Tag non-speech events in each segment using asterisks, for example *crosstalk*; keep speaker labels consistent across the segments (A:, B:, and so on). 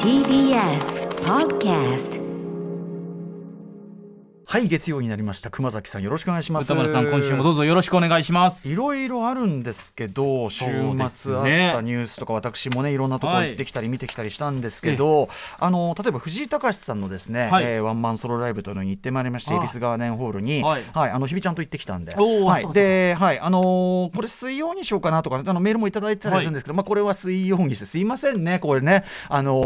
A: TBS Podcast
B: はい月曜になりました熊崎さんよろしくお願いします
C: 歌丸さん今週もどうぞよろしくお願いします
B: いろいろあるんですけど週
C: そう
B: 末
C: です
B: あっ
C: ね
B: たニュースとか、私もねいろんなところ
C: はい
B: 行ってきたり見てきたりしたんですけど、あの例えば藤井隆さんのですね、
C: はい
B: えーワンマンソロライブというのに行ってまいりまして
C: あ
B: 恵
C: あ
B: 比寿ガーデンホールに、は
C: はいい
B: あの日比ちゃんと行ってきたんで、
C: おー
B: は
C: そう
B: い、
C: かそう
B: で、はいあのーこれ水曜にしようかなとかあのメールもいただいてたりするんですけど、まあ、これは水曜にしてすいませんねこれね、あの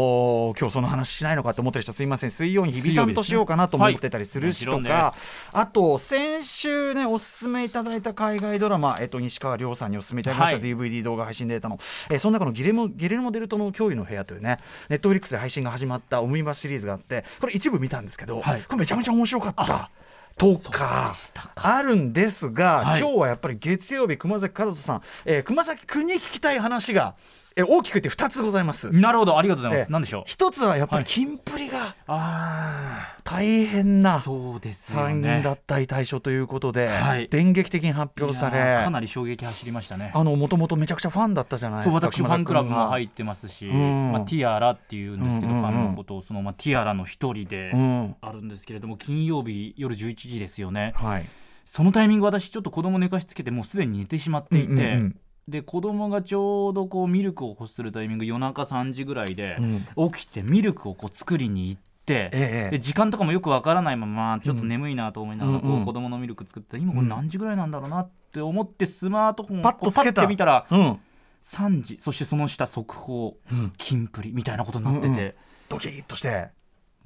B: ー今日その話しないのかと思ってる人すいません水曜に日比さんとしようかなと思ってたりするしと
C: 水曜日ですねはいもちろん
B: か
C: で。す
B: あと先週ねおすすめいただいた海外ドラマ、えっと、西川亮さんにおすすめいただきました、
C: はい
B: DVD 動画配信データの、えーその中のギレモギレルモ・デルトの脅威の部屋というねネットフリックスで配信が始まったオムニバスシリーズがあってこれ一部見たんですけど、
C: はい
B: これめちゃめちゃ面白かった。とかあるんですが、
C: はい
B: 今日はやっぱり月曜日熊崎和人さん、えー熊崎君に聞きたい話が、えー大きく言って2つございます。
C: なるほどありがとうございます、
B: えー
C: 何でしょう
B: 一つはやっぱり
C: はい
B: キンプリが
C: あ
B: 大変な、
C: そうですよ
B: 参
C: ね
B: 議院脱退対象ということで、
C: はい
B: 電撃的に発表さ
C: いやー
B: れ
C: かなり衝撃走りましたね
B: あのもともとめちゃくちゃファンだったじゃないで
C: そう
B: すか
C: 私ファンクラブも入
B: っ
C: ってますし、
B: ん
C: まあ、ティアラっていうんですけど、
B: うんうんうん
C: ファンのことをその、まあ、ティアラの一人
B: て
C: で
B: うん
C: あるんですけれども金曜日夜11時ですよね
B: はい、
C: そのタイミング私ちょっと子供寝かしつけてもうすでに寝てしまっていて、
B: うんうん
C: で子供がちょうどこうミルクを欲するタイミング夜中3時ぐらいで
B: う、ん
C: 起きてミルクをこう作りに行って、
B: ええ
C: で時間とかもよくわからないままちょっと眠いなと思いながらこ
B: うんうんう
C: うん子供のミルク作って今これ何時ぐらいなんだろうなって思ってスマートフォンを
B: パッと
C: こう
B: つけた
C: パッて見たら
B: うん
C: 3時そしてその下速報
B: うん
C: キンプリみたいなことになってて、
B: ドキッとして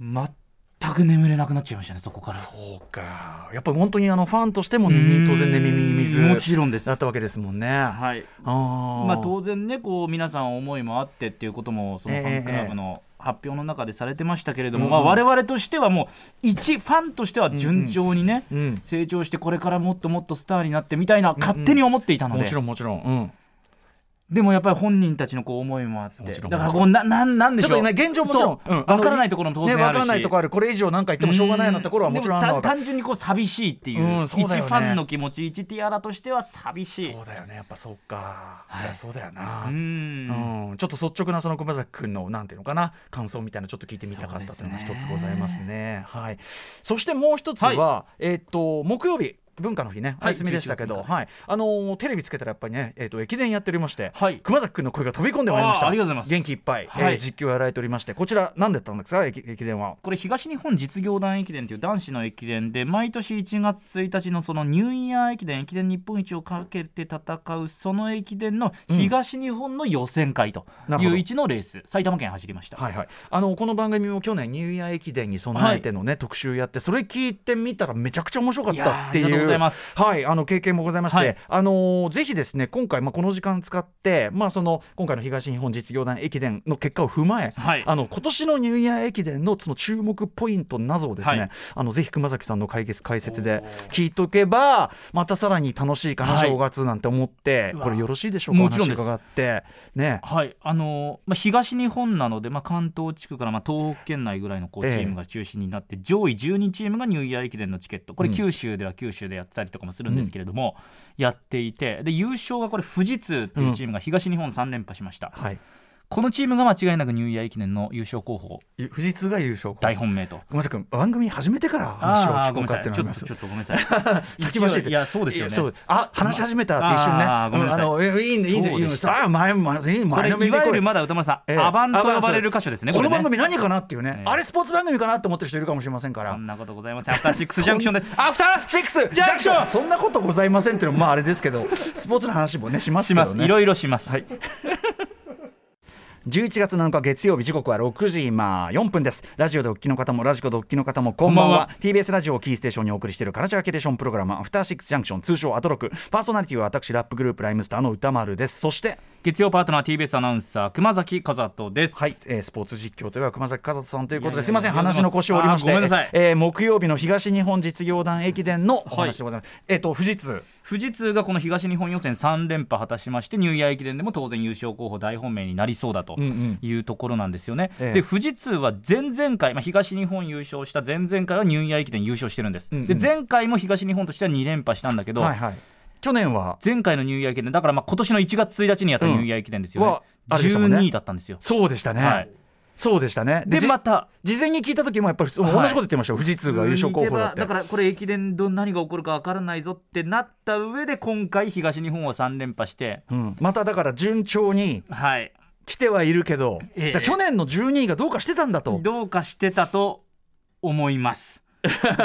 C: 全く眠れなくなっちゃいましたねそこから。
B: そうかやっぱり本当にあのファンとしても耳当然ね耳に水
C: うんもちろんです
B: だったわけですもんね、
C: はい
B: あー
C: まあ、当然ねこう皆さん思いもあってっていうこともその
B: ええ
C: ファンクラブの発表の中でされてましたけれども、
B: うん
C: まあ、我々としてはもう一ファンとしては順調にね、
B: うん
C: 成長してこれからもっともっとスターになってみたいな勝手に思っていたので、
B: もちろんもちろん、うん、
C: でもやっぱり本人たちのこう思いもあって
B: もちろん
C: だからこうななんなんで
B: ちょ
C: し
B: っ
C: ょう
B: とね現状もちろん
C: そう
B: うんあの
C: わからないところも当然あるし、
B: ね、わからないところあるこれ以上何か言ってもしょうがないようなところはもちろんある
C: で
B: の
C: も
B: は
C: 単単純にこう寂しいっていう,、
B: うんそう
C: 一
B: だよね
C: ファンの気持ち一ティアラとしては寂しい
B: そうだよねやっぱそうか、
C: はい
B: そりゃそうだよな、
C: うん
B: うん、ちょっと率直なその熊崎君のなんていうのかな感想みたいなのちょっと聞いてみたかったというのが一
C: そうです
B: つ
C: ね
B: ございますね。はい。そしてもう一つは、えーっ、と木曜日文化の日ねお
C: はい
B: 休みでしたけど、
C: 11
B: はい
C: 月
B: あのーテレビつけたらやっぱりねえーっ、と駅伝やっておりまして、
C: はい
B: 熊崎君の声が飛び込んでまいりました。
C: あーありがとうございます
B: 元気いっぱい、
C: は
B: えー
C: い
B: 実況やられておりましてこちら何だったんですか駅駅伝は。
C: これ東日本実業団駅伝という男子の駅伝で毎年1月1日のそのニューイヤー駅伝駅伝日本一をかけて戦うその駅伝の東日本の予選会と
B: なる
C: い
B: ほど
C: う一のレース、埼玉県走りました、
B: はいはい、あのこの番組も去年ニューイヤー駅伝に備えての、ね特集やってそれ聞いてみたらめちゃくちゃ面白かったっていう
C: いやーありがとうございます
B: はい、あの経験もございまして、
C: はい
B: あのーぜひですね今回、まあ、この時間使って、まあ、その今回の東日本実業団駅伝の結果を踏まえ、
C: はい
B: あの今年のニューイヤー駅伝のその注目ポイントなどをですね、
C: はい
B: あのぜひ熊崎さんの解決解説で聞いとけばまたさらに楽しいかな、
C: はい
B: 正月なんて思って
C: うわ
B: これよろしいでしょうか
C: もちろん
B: お話
C: です
B: 伺ってね。
C: はいあのーまあ、東日本なので、まあ、関東地区からまあ東北県内ぐらいのこう
B: ええ
C: チームが中心になって、上位12チームがニューイヤー駅伝のチケットこれ
B: うん
C: 九州では九州でやってたりとかもするんですけれども、やっていてで優勝がこれ富士通っていうチームが東日本3連覇しました、
B: はい、
C: このチームが間違いなくニューイヤー駅伝の優勝候補
B: 富士通が優勝
C: 大本命と。
B: ごめんなさい君番組始めてから話を
C: あー
B: 聞こうかっていうのがあり
C: ごめん
B: ま
C: な
B: す
C: さいちょっとちょっとごめんなさい
B: *laughs* 先走っ
C: 勢
B: て
C: いいやそうですよ
B: いや
C: ね
B: そうあ話し始めたって一瞬ね
C: あーごめんなさい
B: うんあのえいいねいいねいい
C: そう
B: ね
C: でした
B: さあ前前前
C: こ
B: 前
C: れ
B: のめり
C: い
B: で
C: わ
B: 来
C: ゆ
B: い
C: るまだ歌丸さん、
B: ええ
C: アバンと
B: アバン
C: 呼ばれる箇所ですね
B: こ
C: れ
B: の番
C: ね
B: 組何かなっていうね
C: ええ
B: あれスポーツ番組かなって思ってる人いるかもしれませんか
C: そ
B: ら
C: んなことございませんアフターシックスジャンクションですアフター
B: シックス
C: ジャンクション
B: そんなことございませんっていうのもまああれですけどスポーツの話もねします
C: し
B: けど
C: ます
B: ね
C: いろいろします、
B: はい11月7日月曜日時刻は6時まあ4分ですラジオでお聞きの方もラジコでお聞きの方もこんばんは
C: こんばん
B: TBS ラジオをキーステーションにお送りしているカラチャーケーションプログラムアフターシックスジャンクション通称アトロクパーソナリティは私ラップグループライムスターの歌丸ですそして
C: 月曜パートナー TBS アナウンサー熊崎和人です、
B: はい、えースポーツ実況といえば熊崎和人さんということで
C: いやいや
B: すいません
C: ありが
B: 話
C: とう
B: の
C: ご
B: 腰
C: ざ
B: を
C: い
B: 折りま
C: ます
B: し
C: あーごめんな
B: て
C: さい、
B: えー木曜日の東日本実業団駅伝のお話でございます、えっ、と富士通
C: 富士通がこの東日本予選3連覇果たしましてニューイヤー駅伝でも当然優勝候補大本命になりそうだと
B: うんうん
C: いうところなんですよね、
B: ええ
C: で富士通は前々回、まあ、東日本優勝した前々回はニューイヤー駅伝優勝してるんです、
B: うんうん
C: で前回も東日本としては2連覇したんだけど、
B: はいはい去年は
C: 前回のニューイヤー駅伝だからまあ今年の1月1日にやったニューイヤー駅伝ですよね、
B: うんはあれでしたもんね
C: 12位だったんですよ
B: そうでしたね、
C: はい
B: そうでしたね
C: で
B: じ
C: また
B: 事前に聞いた時もやっぱり同じ
C: は
B: こ
C: い
B: と言ってましたよ、富士通が優勝候補だって
C: だからこれ駅伝ど何が起こるか分からないぞってなった上で今回東日本を3連覇して
B: うんまただから順調に
C: はい
B: 来てはいるけど、
C: ええ
B: だから去年の12位がどうかしてたんだと、
C: どうかしてたと思います。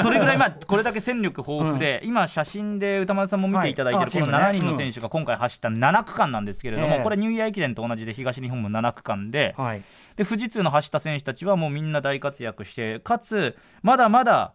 C: それぐらい、
B: *laughs*
C: まあ、これだけ戦力豊富で、今、写真で歌丸さんも見ていただいて
B: はいあ
C: る、この
B: チームね
C: 7人の選手が今回走った7区間なんですけれど
B: ええ
C: も、これ、ニューイヤー駅伝と同じで、東日本も7区間で、
B: はい、
C: で富士通の走った選手たちはもうみんな大活躍してかつまだまだ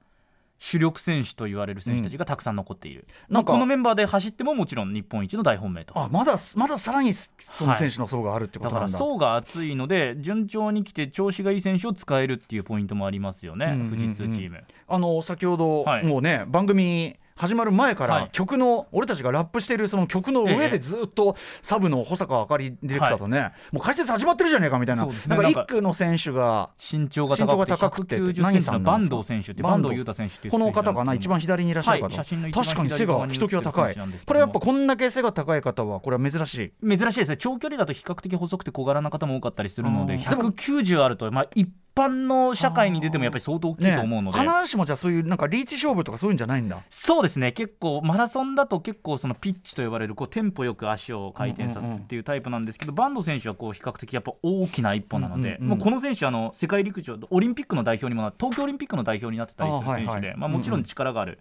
C: 主力選手と言われる選手たちがたくさん残っている、
B: な
C: ま
B: ん
C: あ
B: か
C: このメンバーで走ってももちろん日本一の大本命と。
B: あまだまださらにその選手の層があるってこ
C: だ
B: と
C: か
B: な
C: ら
B: んだ,、
C: 層が厚いので順調に来て調子がいい選手を使えるっていうポイントもありますよね、
B: うんうんうん
C: 富士通チーム。
B: あの先ほど、
C: はい
B: もうね番組始まる前か
C: は
B: ら
C: い
B: 曲の、俺たちがラップしているその曲の上
C: え
B: で
C: え
B: ずっとサブの保坂あかりディレクターとね、もう解説始まってるじゃねえかみたいな、
C: そうです
B: な
C: ね
B: んか
C: なん
B: 1
C: か
B: 区の選手が
C: 身長が高くて
B: 身長が高くて
C: 190セ
B: 何
C: ンチ
B: さん
C: の
B: なん
C: 坂
B: ですか
C: 東選手って
B: 坂
C: 坂
B: 東
C: 東裕太選手っていう
B: この方かな一
C: 選手なん
B: 番
C: です
B: 左にいらっしゃる方、
C: はい写真の一番
B: 確かに背がひときわ高い
C: 左側に映ってる選手なんですけども
B: これやっぱこんだけ背が高い方はこれは珍しい
C: けど珍しいですね長距離だと比較的細くて小柄な方も多かったりするの
B: あ
C: で
B: ーでも
C: 190あると、まあ、一般の社会に出てもやっぱり相当大きいと思うので、
B: ね、必ずしもじゃあそういうなんかリーチ勝負とかそういうんじゃないんだ
C: そうですね結構マラソンだと結構そのピッチと呼ばれるこうテンポよく足を回転させてっていうタイプなんですけど、坂東選手はこう比較的やっぱ大きな一歩なので、
B: うんうんうん
C: もうこの選手あの世界陸上オリンピックの代表にもな東京オリンピックの代表になってたりする選手で
B: あはいはい
C: まあ、もちろ
B: うんうん
C: ん力がある。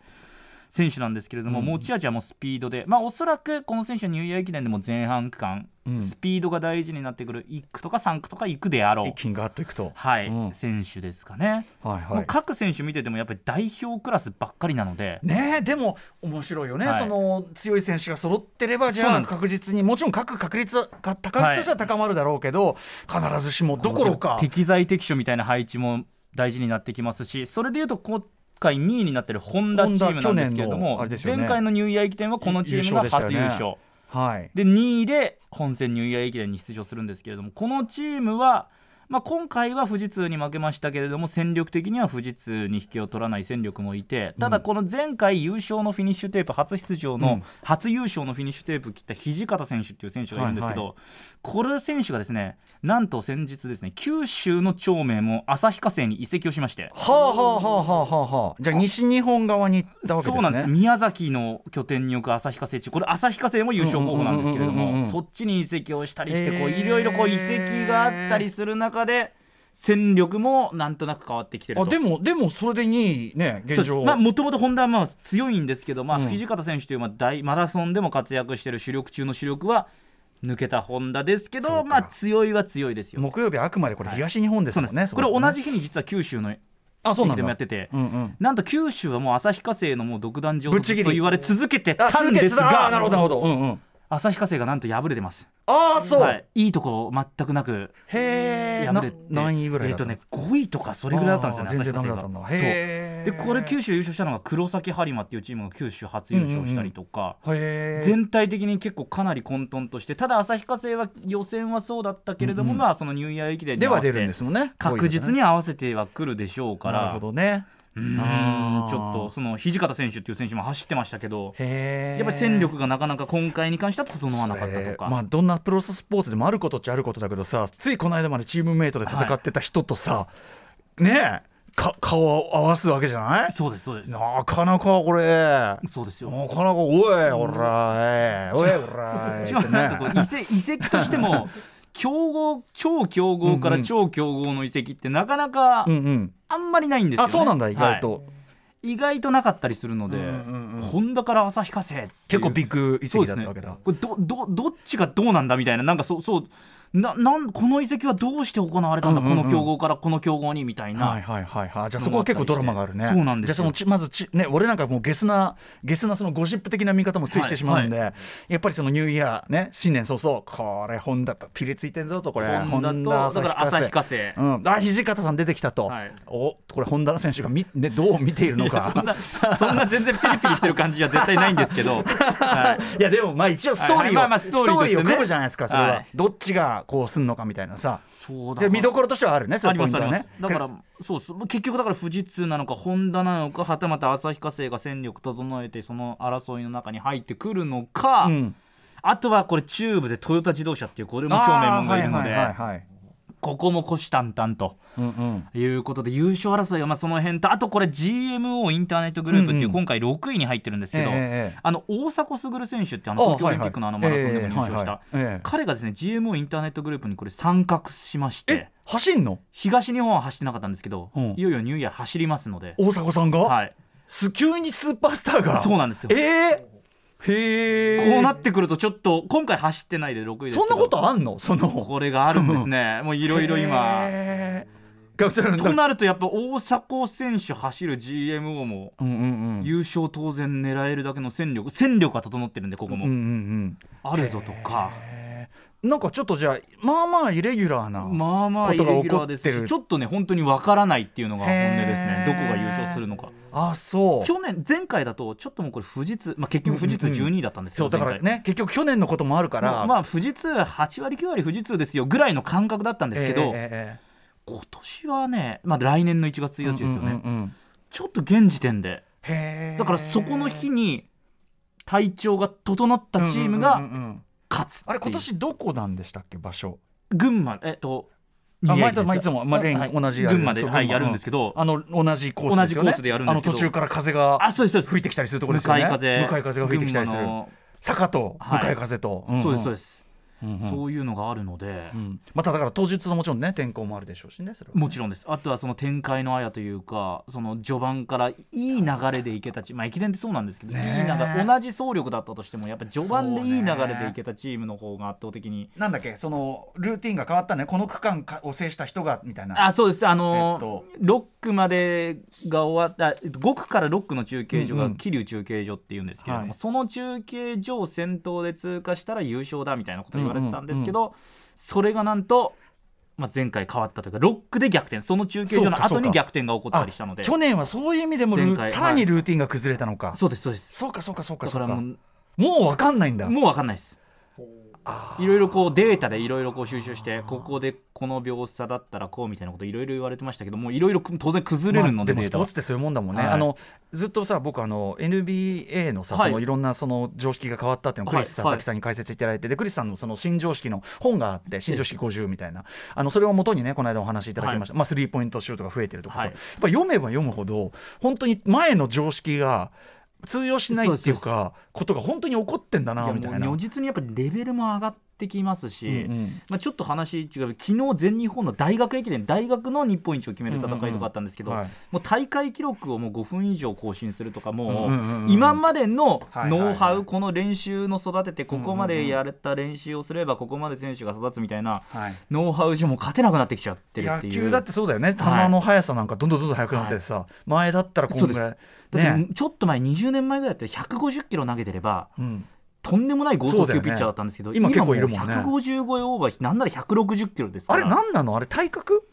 C: 選手なんですけれども、
B: うんうん
C: 持ち味はもうスピードで、まあ、おそらくこの選手はニューイヤー駅伝でも前半区間、
B: うん
C: スピードが大事になってくる1区とか3区とか行くであろ
B: 一
C: う、
B: 気にガッといくと
C: はい
B: うん
C: 選手ですかね、
B: はい
C: も
B: は
C: う各選手見ててもやっぱり代表クラスばっかりなので、
B: ねえでも面白いよね、
C: はい
B: その強い選手が揃ってればじ
C: そう
B: ゃ
C: な
B: あ
C: んです
B: 確実にもちろん各確率はか高確率としては高まるだろうけど、必ずしもどころか
C: 適材適所みたいな配置も大事になってきますしそれでいうと今回2位になってるホンダチームなんですけれ
B: ホンダ去
C: ど
B: 年のあ
C: も、
B: れですよね
C: 前回のニューイヤー駅伝はこのチームが初優
B: 優勝で
C: 勝
B: したよはい
C: で2位で本戦ニューイヤー駅伝に出場するんですけれどもこのチームは、まあ、今回は富士通に負けましたけれども戦力的には富士通に引けを取らない戦力もいてただこの前回優勝のフィニッシュテープ初出場の、
B: うん
C: 初優勝のフィニッシュテープ切った土方選手っていう選手がいるんですけど、
B: はい
C: この選手がですねなんと先日ですね九州の長名も旭化成に移籍をしまして。
B: はあはあはあはあはあはあじゃあ西日本側に行ったわけですね
C: そうなんです宮崎の拠点に置く旭化成中これ旭化成も優勝候補なんですけれど
B: うんうんうんうんう
C: も
B: ん
C: そっちに移籍をしたりしてこう
B: へー
C: いろいろこう移籍があったりする中で戦力もなんとなく変わってきてる
B: あ
C: と。
B: でもでもそれで2位ね現状
C: もともと本田はまあ強いんですけど、まあ、
B: うん
C: 土方選手というまあ大マラソンでも活躍している主力中の主力は抜けた本田ですけ
B: そう
C: ど、
B: か
C: まあ、強いは強いですよ。
B: 木曜日はあくまでこれ東日本です
C: そう
B: も
C: なんん
B: ね、
C: ですこれ
B: こ
C: 同
B: ね
C: じ日に実は九州の
B: あそうなん
C: 駅で
B: だ
C: もやってて、
B: うんうん
C: なんと九州はもう旭化成のもう独壇場
B: ぶっちぎり
C: と言われ続けて
B: あ
C: たんで
B: 続けて
C: す
B: た
C: が
B: あなるほどなるほど、うんうん、
C: 旭化成がなんと敗れてます。
B: ああそう、
C: はい、いいとこ全くなく
B: へえ
C: 敗れて、
B: 何位ぐらい
C: え
B: だっ
C: っ
B: た
C: と
B: の
C: ね、5位とかそれぐらいだったんですよね、
B: あー全然
C: 旭
B: ダ
C: 化成
B: メ
C: が
B: だったんだ
C: そう
B: へえ
C: でこれ九州優勝したのが黒崎播磨っていうチームが九州初優勝したりとか、
B: へえ
C: 全体的に結構かなり混沌としてただ旭化成は予選はそうだったけれど
B: うん
C: も、
B: うん
C: まあそのニューイヤー駅伝に
B: で
C: 合わ
B: は
C: せ
B: 出
C: て
B: るんですもんね
C: 確実に合わせてはくるでしょうから
B: なるほどね
C: うーんちょっとその土方選手っていう選手も走ってましたけど
B: へえ
C: やっぱり戦力がなかなか今回に関しては整わなかったとか。
B: まあ、どんなプロレススポーツでもあることっちゃあることだけどさついこの間までチームメイトで戦ってた人とさ、ねえか顔を合わすわけじゃない
C: そうですそうです
B: なかなかこれ
C: そうですよ
B: なかなか「おいおらえおいおらえ」
C: しかもなんかこう移籍移籍とし
B: *laughs*
C: ても強豪超強豪か
B: うん
C: ら
B: うん
C: 超強豪の移籍ってなかなか
B: うんうん
C: あんまりないんですよ、ね
B: あそうなんだ意外と、
C: はい意外となかったりするので、
B: うんうんうん
C: ホンダから旭化成
B: 結構ビ
C: ッ
B: ッグ移籍だったわけだ、
C: これどどどっちがどうなんだみたいななんかそうそうななんこの移籍はどうして行われたんだ、
B: うんうんうん
C: この強豪からこの強豪にみたいな、
B: はいはいはいはいじゃあそこは結構ドラマがあるね
C: そうなんです
B: じゃ
C: よ
B: あそのちまずち、ね、俺なんかもうゲスなゲスなそのゴシップ的な見方もついしてしまうんで、やっぱりそのニューイヤーね新年早々これホンダピリついてんぞとこれ
C: ホンダとだから
B: 朝
C: 旭化成
B: うん、あ土方さん出てきたと、
C: はい
B: おこれ本田選手がみ、ね、どう見ているのか
C: そんなそんな全然ピリピリしてる感じは絶対ないん
B: *laughs*
C: ですけど、はい
B: いやでもまあ一応ストーリーを、
C: はいまあまあ
B: ス
C: ス
B: ト
C: ト
B: ー
C: ー
B: リ
C: リ
B: ー
C: ー
B: を
C: としてね
B: 組むじゃないですかそれは、
C: はい
B: どっちがかこうすんのかみたいなさ
C: そう
B: で見どころとしてはあるねそ
C: あ
B: うい
C: り
B: うポ
C: ま
B: イン
C: す
B: ト
C: あり
B: は
C: ま
B: ね
C: す。だからそうです結局だから富士通なのかホンダなのかはたまた旭化成が戦力整えてその争いの中に入ってくるのか、
B: うん、
C: あとはこれ中部でトヨタ自動車っていうこれも
B: あ
C: 超
B: ー
C: 名門がいるので、
B: はいはいはいはい
C: ここも虎視眈々と。
B: うんうん
C: いうことで優勝争いはまあその辺とあとこれ GMO インターネットグループって
B: うん
C: い
B: うん
C: う今回6位に入ってるんですけど、
B: ええええ
C: あの大迫傑選手ってあの東京オリンピックのあのマラソンでも優勝した
B: ええはいはいええ
C: 彼がですね GMO インターネットグループにこれ参画しまして
B: え走んの
C: 東日本は走ってなかったんですけど、
B: うん
C: いよいよニューイヤー走りますので、
B: 大迫さんが、
C: はい、
B: す急にスーパースターが
C: そうなんですよ、
B: えー、へえ
C: こうなってくるとちょっと今回走ってないで6位ですけ
B: そ
C: ど
B: んなことあんのその
C: これがあるんです
B: *laughs*
C: ねもういろいろ今。
B: へー学長
C: となるとやっぱ大迫選手走る GMO も
B: うんうんうん
C: 優勝当然狙えるだけの戦力戦力が整ってるんでここ
B: うんうん
C: もあるぞとか
B: うんなんかちょっとじゃあまあまあイレギュラーな、
C: まあまあイレギュラーです
B: ことが起こってる
C: しちょっとね本当にわからないっていうのが本音ですね
B: へー
C: どこが優勝するのか
B: あそう
C: 去年前回だとちょっともうこれ富士通まあ結局富士通
B: うんうんうん
C: 12位だったんですけ
B: そう
C: ど
B: だから
C: 前回
B: ね結局去年のこともあるから、
C: まあまあ富士通8割9割富士通ですよぐらいの感覚だったんですけ
B: え
C: ど
B: ーえ
C: 今年はねまあ来年の1月
B: ーえー
C: 1日です
B: う
C: よね
B: んうんうん
C: ちょっと現時点で
B: へー
C: だからそこの日に体調が整ったチームが
B: うんうんうんうん
C: 勝つっていう
B: あれ今年どこなんでしたっけ場所
C: 群馬えっと
B: あ
C: 宮城
B: 毎
C: です
B: 度毎つも、まあ、レーン
C: はい
B: 同じやる
C: 群馬で
B: そう
C: はいやるんですけど
B: あの同じコースですよね
C: 同じコースでやるんですけど
B: あの途中から風が
C: あそうですそうです
B: 吹いてきたりするところですよね
C: 向かい風
B: 向かい風が吹いてきたりする
C: 群馬の
B: 坂と
C: は
B: 向
C: い
B: かい風と、、
C: そうですそうですす
B: うんうん
C: そういうのがあるので
B: うんまただから当日のもちろんね天候もあるでしょうしねそれはね
C: もちろんですあとはその展開のあやというかその序盤からいい流れでいけたチームまあ駅伝ってそうなんですけどいい流
B: ねえ
C: れ同じ走力だったとしてもやっぱ序盤でいい流れでいけたチームの方が圧倒的に
B: なんだっけそのルーティンが変わったねこの区間かを制した人がみたいな
C: あそうですあの
B: え
C: 6区までが終わった5区から6区の中継所
B: う
C: が
B: んうん
C: 桐生中継所っていうんですけれども、
B: はい
C: その中継所を先頭で通過したら優勝だみたいなこと言われてたんですけど、それがなんと、まあ、前回変わったというか6区で逆転その中継所
B: そう
C: の
B: かそう
C: 後
B: か
C: に逆転が起こったりしたので
B: 去年はそういう意味でもルー
C: 前回
B: さらにルーティンが崩れたのか、
C: そうですそうです
B: そうかそうかそうか
C: だ
B: そ
C: か
B: う
C: ら
B: かも
C: も
B: う分かんないんだ
C: うもう分かんないです
B: あー
C: いろいろこうデータでいろいろこう収集してここでこの秒差だったらこうみたいなこといろいろ言われてましたけどもういろいろ当然崩れるので
B: まあ、でも
C: デー
B: ス
C: タ
B: ポ
C: は
B: ーツってそういうもんだもんね、
C: はい
B: あのずっとさ僕あの NBA のさ、
C: はい
B: い、そのいろんなその常識が変わったっていうのをクリス佐
C: はい
B: 々木さんに解説いただいて、でクリスさんのその新常識の本があって新常識50みたいなあのそれを元にねこの間お話しいただきました、まあスリーポイントシュートが増えてるとかさ、
C: はい
B: やっぱ読めば読むほど本当に前の常識が通用しないっていう
C: そう
B: かことが本当に起こってんだ
C: い
B: な
C: や
B: みたいな。
C: もう如実にやっぱりレベルも上がってきますし、
B: うんうん
C: まあ、ちょっと話違う昨日全日本の大学駅伝大学の日本一を決める戦いとかあったんですけど、
B: うんうんうんはい
C: もう大会記録をもう5分以上更新するとかもう,、
B: うんうんうん
C: 今までの
B: はいはいはい
C: ノウハウ、この練習の育ててここまでやれた練習をすればここまで選手が育つみたいな
B: はい
C: ノウハウじゃもう勝てなくなってきちゃってるっ
B: 野
C: ていう。
B: 球だってそうだよね球の速さなんかどんどんどんどん速くなってさ、前だったらこんぐらい
C: だって
B: ね
C: ちょっと前20年前ぐらいだったら150キロ投げてれば
B: うん、
C: とんでもない豪
B: そう
C: 速
B: だよね
C: 球ピッチャーだったんですけど、
B: 今結構いるもんね
C: う150超えオーバーなんなら160キロですか
B: あ
C: ら
B: れ何なのあれ体格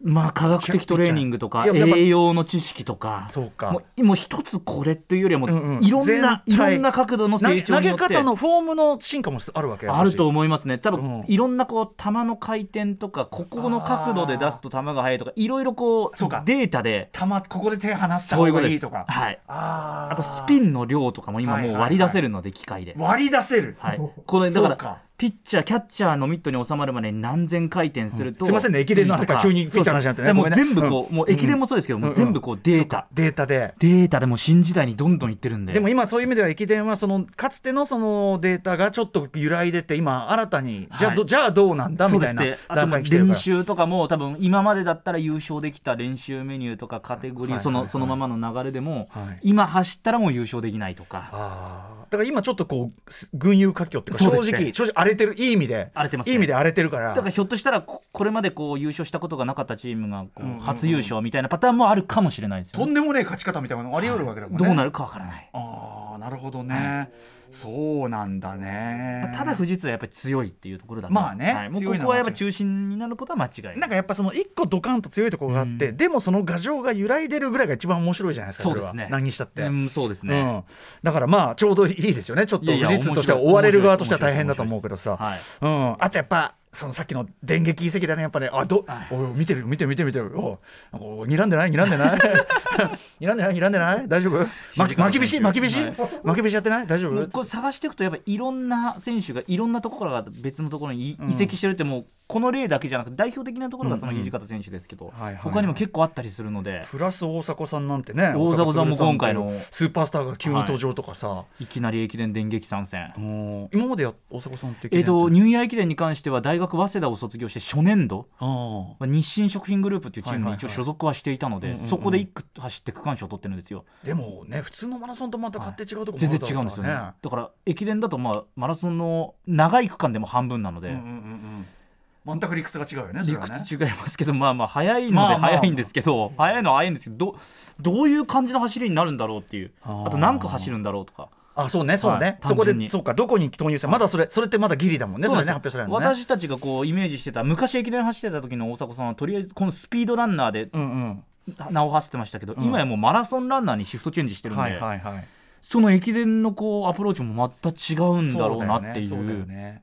C: まあ科学的トレーニングとか
B: いややっぱ
C: 栄養の知識とか
B: そうか
C: もうもう一つこれっていうよりはもう、
B: うんうん
C: いろんな
B: 全
C: い
B: 体
C: ろんな角度の
B: 投げ
C: 成長
B: 投
C: に
B: げ
C: よって
B: 方のフォームの進化もあるわけやっ
C: あ
B: ぱし
C: ると思いますね多分、
B: うん
C: いろんなこう球の回転とかここの角度で出すと球が速いとかいろいろこう
B: そうか
C: データで
B: たまここで手離した
C: そうい
B: 方
C: う
B: が
C: ことで
B: い
C: す
B: いとか
C: はい、
B: あ
C: あとスピ
B: ン
C: ンの量とかも今もう割り出せるので機械で、
B: 割り出せる、
C: はい、これだから
B: *laughs* そうか
C: ピッチャーキャッチャーのミットに収まるまで何千回転すると、
B: うんすいませんね駅伝の話から急にピッチャーの話になってね
C: も
B: ごめ
C: うん
B: ね
C: 全部こう、
B: うん
C: もう駅伝もそうですけど、もう全部こうデータ、
B: データで
C: データでもう新時代にどんどんいってるんで
B: でも今そういう意味では駅伝はそのかつてのそのデータがちょっと揺らいでて今新たにじゃあど、
C: はい
B: じゃあどうなんだ
C: そう
B: みた
C: で
B: い
C: す
B: な
C: ねあと
B: 段
C: まあ
B: 階に来てるか
C: 練
B: ら
C: 習とかも多分今までだったら優勝できた練習メニューとかカテゴリー、
B: はい
C: そ
B: はい
C: の
B: はい
C: そのままの流れでも、
B: はい
C: 今走ったらもう優勝できないとか
B: あーだから今ちょっとこうす群雄割拠っていうか
C: そう
B: 正
C: ですね
B: 直、正直荒れてるいい意味で
C: 荒れてますね
B: いい意味で荒れてるから
C: だからひょっとしたらここれまでこう優勝したことがなかったチームがこう
B: うんうんうん
C: 初優勝みたいなパターンもあるかもしれないですよ
B: と
C: ね、
B: んでもねえ勝ち方みたいなのあり得るわけだもんね
C: どうなるかわからない、
B: ああなるほどね、そうなんだね、
C: まあただ富士通はやっぱり強いっていうところだと
B: まあね
C: はいもう
B: 強い
C: こ
B: のは
C: こはやっぱ中心になることは間違いない
B: なんかやっぱその一個ドカンと強いところがあって、
C: うん
B: でもその牙城が揺らいでるぐらいが一番面白いじゃないですか
C: そうで
B: れは
C: すね
B: 何にしたって、
C: うん、そうです
B: う
C: ね、
B: ん、だからまあちょうどいいですよねちょっと
C: いやいや
B: 富士通としては
C: 面白い
B: 追われる側としては大変だと思うけど
C: 面白
B: さ、
C: いです
B: うん、あとやっぱそのさっきの電撃遺跡だねやっぱねあどおい見てるよ見てる見てる見てるおなんかお睨んでない睨んでない *laughs* 睨んでない睨んでない大丈
C: *laughs*
B: 夫巻き巻きびし巻きびし
C: はい
B: 巻きびしやってない大丈
C: も
B: 夫
C: うこれ探していくとやっぱいろんな選手がいろんなところから別のところにい移籍してるってもうこの例だけじゃなくて代表的なところがその土方選手ですけど
B: はいはいはい
C: 他にも結構あったりするので
B: プラス大迫さんなんてね
C: 大迫さんも今回の
B: 大迫さんというスーパースターが急に登場とかさ、
C: いきなり駅伝電撃参戦。
B: うん今までや大迫さんって
C: えっと、
B: 記念
C: ニューイヤー駅伝に関しては大学早稲田を卒業して初年度
B: あー
C: まあ日清食品グループっていうチーム
B: はい
C: に
B: はい
C: 一
B: は
C: 応
B: い
C: 所属はしていたので、
B: うんうんうん
C: そこで1区走って区間賞を取ってるんですよ、
B: でもね普通のマラソンとまた買って違うところ
C: 全然違うんですよねだから駅伝だと、まあ、マラソンの長い区間でも半分なので、
B: 全く理屈が違うよね
C: 理屈違いますけど、まあまあ早いの
B: まあまあ
C: で
B: まあ
C: 早いんですけど、早いのは早いんですけどどどういう感じの走りになるんだろうっていう
B: あ
C: あ
B: ー
C: と何区走るんだろうとか。
B: あそうねそうね、
C: はい
B: そこ
C: 単純
B: で
C: に
B: そうかどこに投入したまだそれそれってまだギリだもんねそ
C: そう
B: れね
C: なん
B: 発
C: で
B: 表さ
C: すよ
B: れるのね
C: 私たちがこうイメージしてた昔駅伝走ってた時の大迫さんはとりあえずこのスピードランナーで
B: うんうん
C: 名を馳せてましたけど、
B: うん
C: 今やもうマラソンランナーにシフトチェンジしてるんで、
B: はいはいはい
C: その駅伝のこうアプローチもまた違うんだろうなっていう
B: そうだよねそうだよね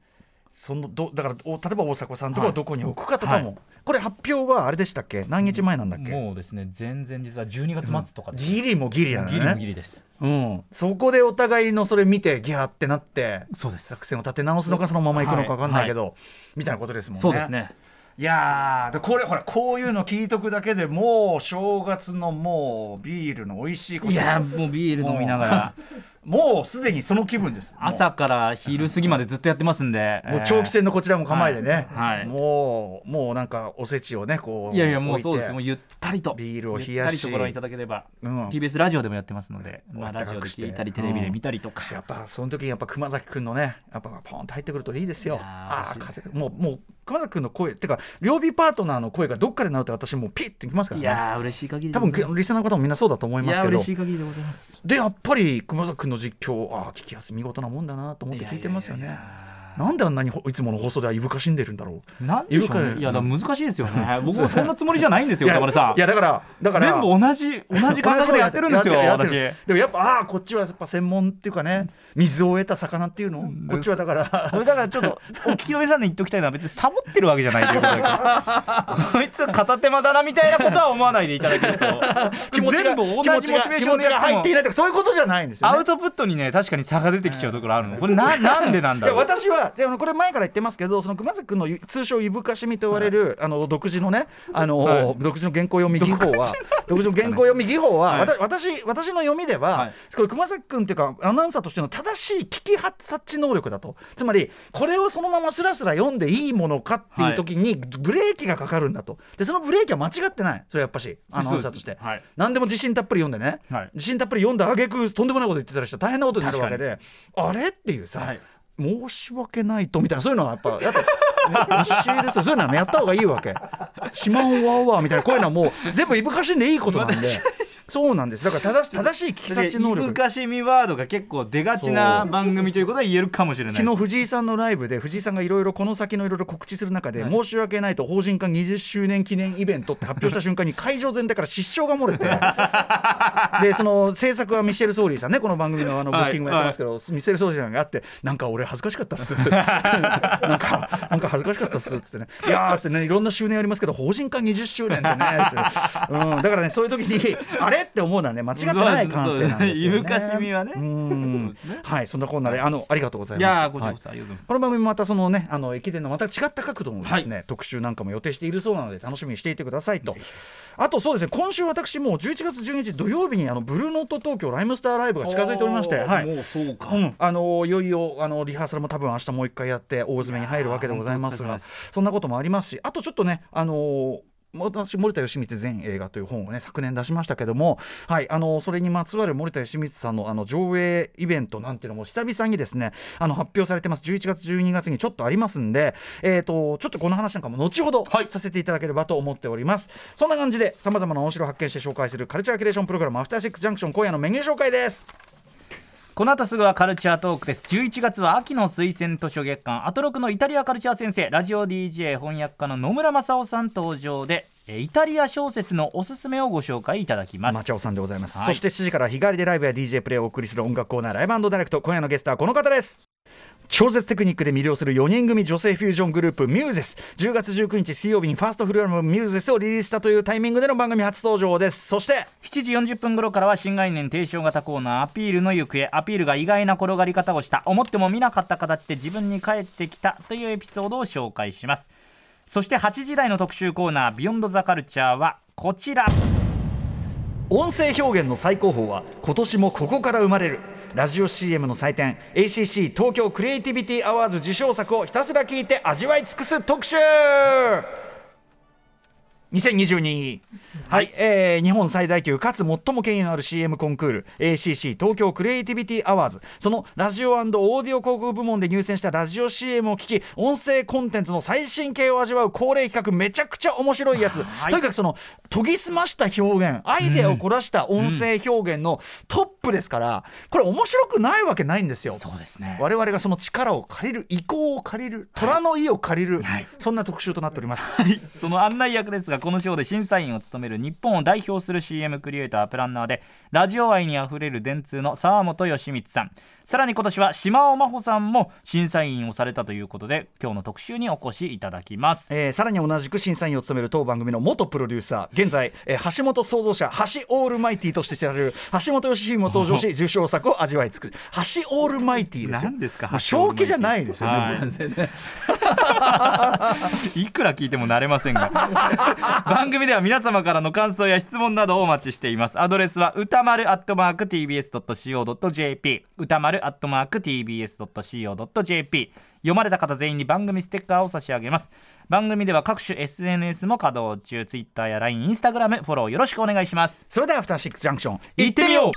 B: そのどだからお例えば大迫さんとかを
C: はい
B: どこに置くかとかも、
C: は
B: これ発表はあれでしたっけ何日前なんだっけ、
C: もうですね前々日は12月末とかです、
B: ギリもギリやね
C: ギリもギリです
B: うん、そこでお互いのそれ見てギャーってなって
C: そうです
B: 作戦を立て直すのかそのまま行くのか分かんないけど、みたいなことですもんね。
C: そうですね
B: いやーでこれほらこういうの聞いとくだけでもう正月のもうビールの美味しいこと
C: いやーもうビール飲みながら
B: もうすでにその気分です
C: 朝から昼過ぎまでずっとやってますんで、
B: もうもう長期戦のこちらも構えでね、
C: はいはい
B: もうもうなんかおせちをねこう
C: えー
B: い
C: いやいやもうそうですもう
B: う
C: ゆったりと
B: ビールを冷やし
C: ゆったりとご覧いただければ、
B: うん
C: TBS ラジオでもやってますので、まあ、
B: 暖か
C: ラジオ
B: く
C: で
B: して
C: 聞いたりテレビで見たりとか、
B: やっぱその時にやっぱ熊崎君のねやっぱポンと入ってくるといいですよ
C: いやー
B: ああ
C: 嬉し
B: 風もうもう熊崎君の声ってか両備パートナーの声がどっかでなると私もうピッてきますか
C: い
B: らね
C: やー嬉しい限りで
B: 多
C: ご
B: 分
C: ざいます
B: リスナーの方もみんなそうだと思い
C: い
B: ます
C: や
B: け
C: ー
B: ど
C: 嬉しい限りでございます
B: でやっぱり熊崎君の実況ああ聞きやすい見事なもんだなと思って聞いてますよ
C: いやい
B: ね
C: やいやいや
B: なんであんなにほいつもの放送ではいぶかしんでるんだろう
C: なんでしょう
B: いるか
C: ね
B: ら
C: いやだから難しいですよ
B: *laughs*
C: ね僕もそんなつもりじゃないんですよ
B: いや
C: 歌丸さん
B: いやだからだから
C: 全部同じ同じ感覚でやってるんですよ
B: やって
C: 私
B: るやってるでもやっぱああこっちはやっぱ専門っていうかね水を得た魚っていうのこっちはだから
C: これだからちょっとお聞きの皆さんに言っときたいのは別にサボってるわけじゃないということだけどこいつは片手間だなみたいなことは思わないでいただけると
B: 気持ちが
C: 全部同
B: 気持
C: じモ
B: ち
C: チ
B: が
C: ベー
B: 気
C: ショ
B: 持
C: ンで
B: ちが入
C: や
B: っ
C: ってて
B: い
C: も
B: ないとかそういうことじゃないんですよ、ね、
C: アウトプットにね確かに差が出てきちゃうところあるのこれななんでなんだ
B: いや
C: ろう
B: 私はでもこれ前から言ってますけどその熊崎君のゆ通称いぶかしみと言われる、あの独自の
C: *laughs*
B: ねあの、
C: はい
B: 独自の原稿読み技法は独自の原稿読み技法は、わた私私の読みでは、
C: はい
B: これ熊崎君っていうかアナウンサーとしての正しい聞き察知能力だとつまりこれをそのままスラスラ読んでいいものかっていう時にブレーキがかかるんだとでそのブレーキは間違ってないそれはやっぱしアナウンサーとし
C: そ
B: て
C: うです。はい
B: 何でも自信たっぷり読んでね、
C: はい
B: 自信たっぷり読んだ挙句とんでもないこと言ってたりしたら大変なことになるわけであれっていうさ、
C: はい
B: 申し訳ないとみたいなそういうのはやっぱやっぱ教えですよそういうのはねやった方がいいわけ「しまおわおわ」みたいなこういうのはもう全部いぶかしんでいいことな
C: *laughs*
B: んでそうなんですだから正し正しい聞き察知能
C: いぶ
B: 力
C: かしみワードが結構出がちな
B: そう
C: 番組ということは言えるかもしれない
B: 昨日藤井さんのライブで藤井さんがいろいろこの先のいろいろ告知する中で、申し訳ないと法人化20周年記念イベントって発表した瞬間に会場全体から失笑が漏れて
C: *laughs*
B: でその制作はミシェル・ソーリーさんねこの番組のあのブ
C: はい
B: ッキングもやってますけど、ミシェル・ソーリーさんがあってなんか俺恥ずかしかったっす *laughs* なんかなんか恥ずかしかったっすっつってねいやーっつってねいろんな周年ありますけど法人化20周年ってねっつって、うん、だからねそういう時にあれって思うのはね間違ってない感性なんですよ、ね。
C: そうですそうですいぶかしみはね
B: うん
C: そうですね
B: はいそんなこんなであのありがとうござい
C: い
B: ます。
C: やーこちらこ
B: はい
C: そありがとうございます
B: この番組もまたそのねあの駅伝のまた違った角度のですね、特集なんかも予定しているそうなので楽しみにしていてくださいとあとそうですね今週私もう11月12日土曜日にあのブルーノート東京ライムスターライブが近づいておりまして
C: おー
B: はい
C: もうそうか、
B: うん、あのいよいよあのリハーサルも多分明日もう一回やって大詰めに入るわけでございます
C: いやー
B: が
C: 本当お疲れ様
B: そんなこともありますしあとちょっとねあのー私森田義満全映画という本をね昨年出しましたけども、はい、あのーそれにまつわる森田義満さんのあの上映イベントなんていうのも久々にですねあの発表されてます11月12月にちょっとありますんで、えー、とちょっとこの話なんかも後ほどさせていただければと思っております、そんな感じでさまざまな面白を発見して紹介するカルチャーキュレーションプログラム「アフターシックスジャンクション」今夜のメニュー紹介です
C: この後すぐはカルチャートークです11月は秋の推薦図書月間アトロクのイタリアカルチャー先生ラジオ DJ 翻訳家の野村正夫さん登場でえーイタリア小説のおすすめをご紹介いただきます
B: 町尾さんでございます、
C: はい
B: そして7時から日帰りでライブや DJ プレイをお送りする音楽コーナーライブダイレクト今夜のゲストはこの方です超絶テクニックで魅了する4人組女性フュージョングループミューゼス10月19日水曜日にファーストフルアルバムミューゼスをリリースしたというタイミングでの番組初登場ですそして
C: 7時40分頃からは新概念提唱型コーナーアピールの行方アピールが意外な転がり方をした思っても見なかった形で自分に返ってきたというエピソードを紹介しますそして8時台の特集コーナービヨンドザカルチャーはこちら
B: 音声表現の最高峰は今年もここから生まれるラジオ CM の祭典 ACC 東京クリエイティビティアワーズ受賞作をひたすら聞いて味わい尽くす特集2022、はい、はい、えー、日本最大級かつ最も権威のある CM コンクール ACC 東京クリエイティビティアワーズそのラジオオーディオ広告部門で入選したラジオ CM を聞き音声コンテンツの最新形を味わう恒例企画めちゃくちゃ面白いやつ、はい、とにかくその研ぎ澄ました表現アイデアを凝らした音声表現のトップですから、これ面白くないわけないんですよ
C: そうですね
B: 我々がその力を借りる意向を借りる虎の意を借りる、はい、そんな特集となっております、
C: はい、その案内役ですがこの賞で審査員を務める日本を代表する CM クリエイタープランナーでラジオ愛にあふれる電通の沢本義光さんさらに今年は島尾真帆さんも審査員をされたということで今日の特集にお越しいただきます、
B: えー、さらに同じく審査員を務める当番組の元プロデューサー現在、えー、橋本創造者橋オールマイティとして知られる橋本良文も登場し受賞作を味わい尽くす橋オールマイティですよ
C: ですか、
B: 正気じゃないですよね、はい
C: *laughs* いくら聞いても慣れませんが *laughs* 番組では皆様からの感想や質問などをお待ちしていますアドレスは歌丸 atmarktbs.co.jp 歌丸 atmarktbs.co.jp 読まれた方全員に番組ステッカーを差し上げます番組では各種 SNS も稼働中 Twitter や LINE インスタグラムフォローよろしくお願いします
B: それではアフターシックスジャンクション
C: 行ってみよう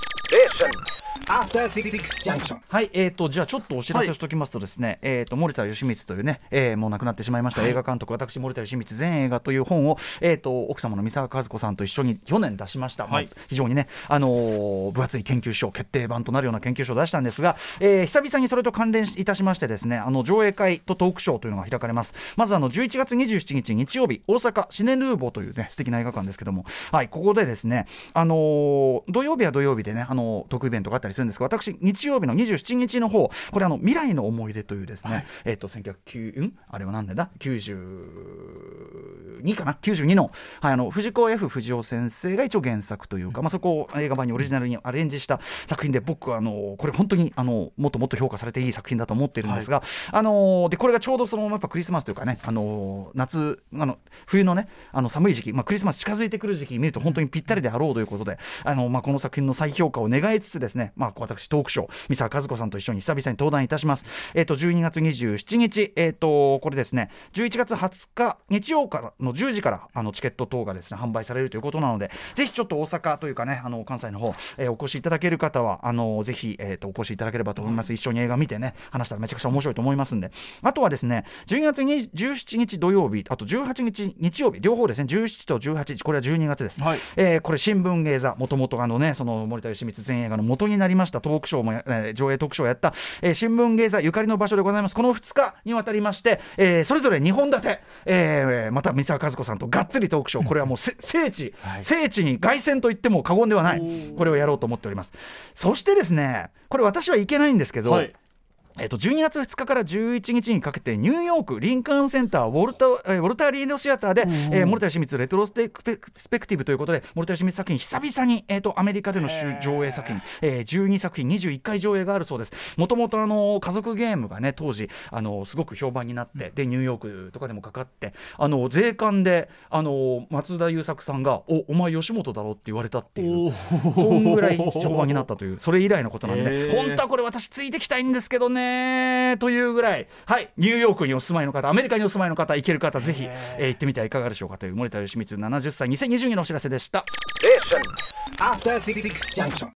B: アフターシックスジャンクションはいえーとじゃあちょっとお知らせしておきますとですね、はい、えーと森田義満というね、えー、もう亡くなってしまいました、はい、映画監督私森田義満全映画という本をえーと奥様の三沢和子さんと一緒に去年出しました、はい、非常にねあのー、分厚い研究書決定版となるような研究書を出したんですが、えー、久々にそれと関連いたしましてですねあの上映会とトークショーというのが開かれますまずあの11月27日日曜日大阪シネヌーボーというね素敵な映画館ですけどもはいここでですねあのー、土曜日は土曜日でねあのー、特イベントがあったりするんですが私日曜日の27日の方これあの未来の思い出というですね、はい、えっ、ー、と1909んあれは何年だ92かな92の,、はい、あの藤子 F 不二雄先生が一応原作というか、まあ、そこを映画版にオリジナルにアレンジした作品で僕はあのこれ本当にあのもっともっと評価されていい作品だと思ってるんですが、はい、あのでこれがちょうどそのやっぱクリスマスというかねあの夏あの冬のねあの寒い時期、まあ、クリスマス近づいてくる時期見ると本当にぴったりであろうということであの、まあ、この作品の再評価を願いつつですね、まあ、私トークショー三沢和子さんと一緒に久々に登壇いたします、えー、と12月27日、えー、とこれですね11月20日日曜からの10時からあのチケット等がですね販売されるということなのでぜひちょっと大阪というかねあの関西の方、えー、お越しいただける方はあのぜひ、えー、とお越しいただければと思います、うん、一緒に映画見てね話したらめちゃくちゃ面白いと思いますんであとはですね12月17日土曜日あと18日日曜日両方ですね17と18日これは12月です、はい、えー、これ新聞芸座もともとあのねその森田芳光全映画の元になりましたトークショーも、えー、上映トークショーをやった、えー、新聞芸座ゆかりの場所でございますこの2日にわたりまして、えー、それぞれ2本立て、えー、また三沢和子さんとがっつりトークショーこれはもう *laughs* 聖地、はい、聖地に凱旋と言っても過言ではないこれをやろうと思っておりますそしてですねこれ私はいけないんですけど、はいえっと、12月2日から11日にかけてニューヨークリンカーンセンターウォルタ,、えー、ウォルターリードシアターで、えー、森田芳光レトロスペクティブということで森田芳光作品久々に、えーと、とアメリカでの上映作品、えー、12作品21回上映があるそうですもともと家族ゲームがね当時、あのー、すごく評判になって、でニューヨークとかでもかかって、あのー、税関で、あのー、松田優作さんが「おお前吉本だろ」って言われたっていうそんぐらい評判になったというそれ以来のことなんで、ね、えー、本当はこれ私ついてきたいんですけどねというぐらい、はい、ニューヨークにお住まいの方、アメリカにお住まいの方、行ける方、ぜひ、えー、行ってみてはいかがでしょうかという森田芳光70歳、2022のお知らせでした。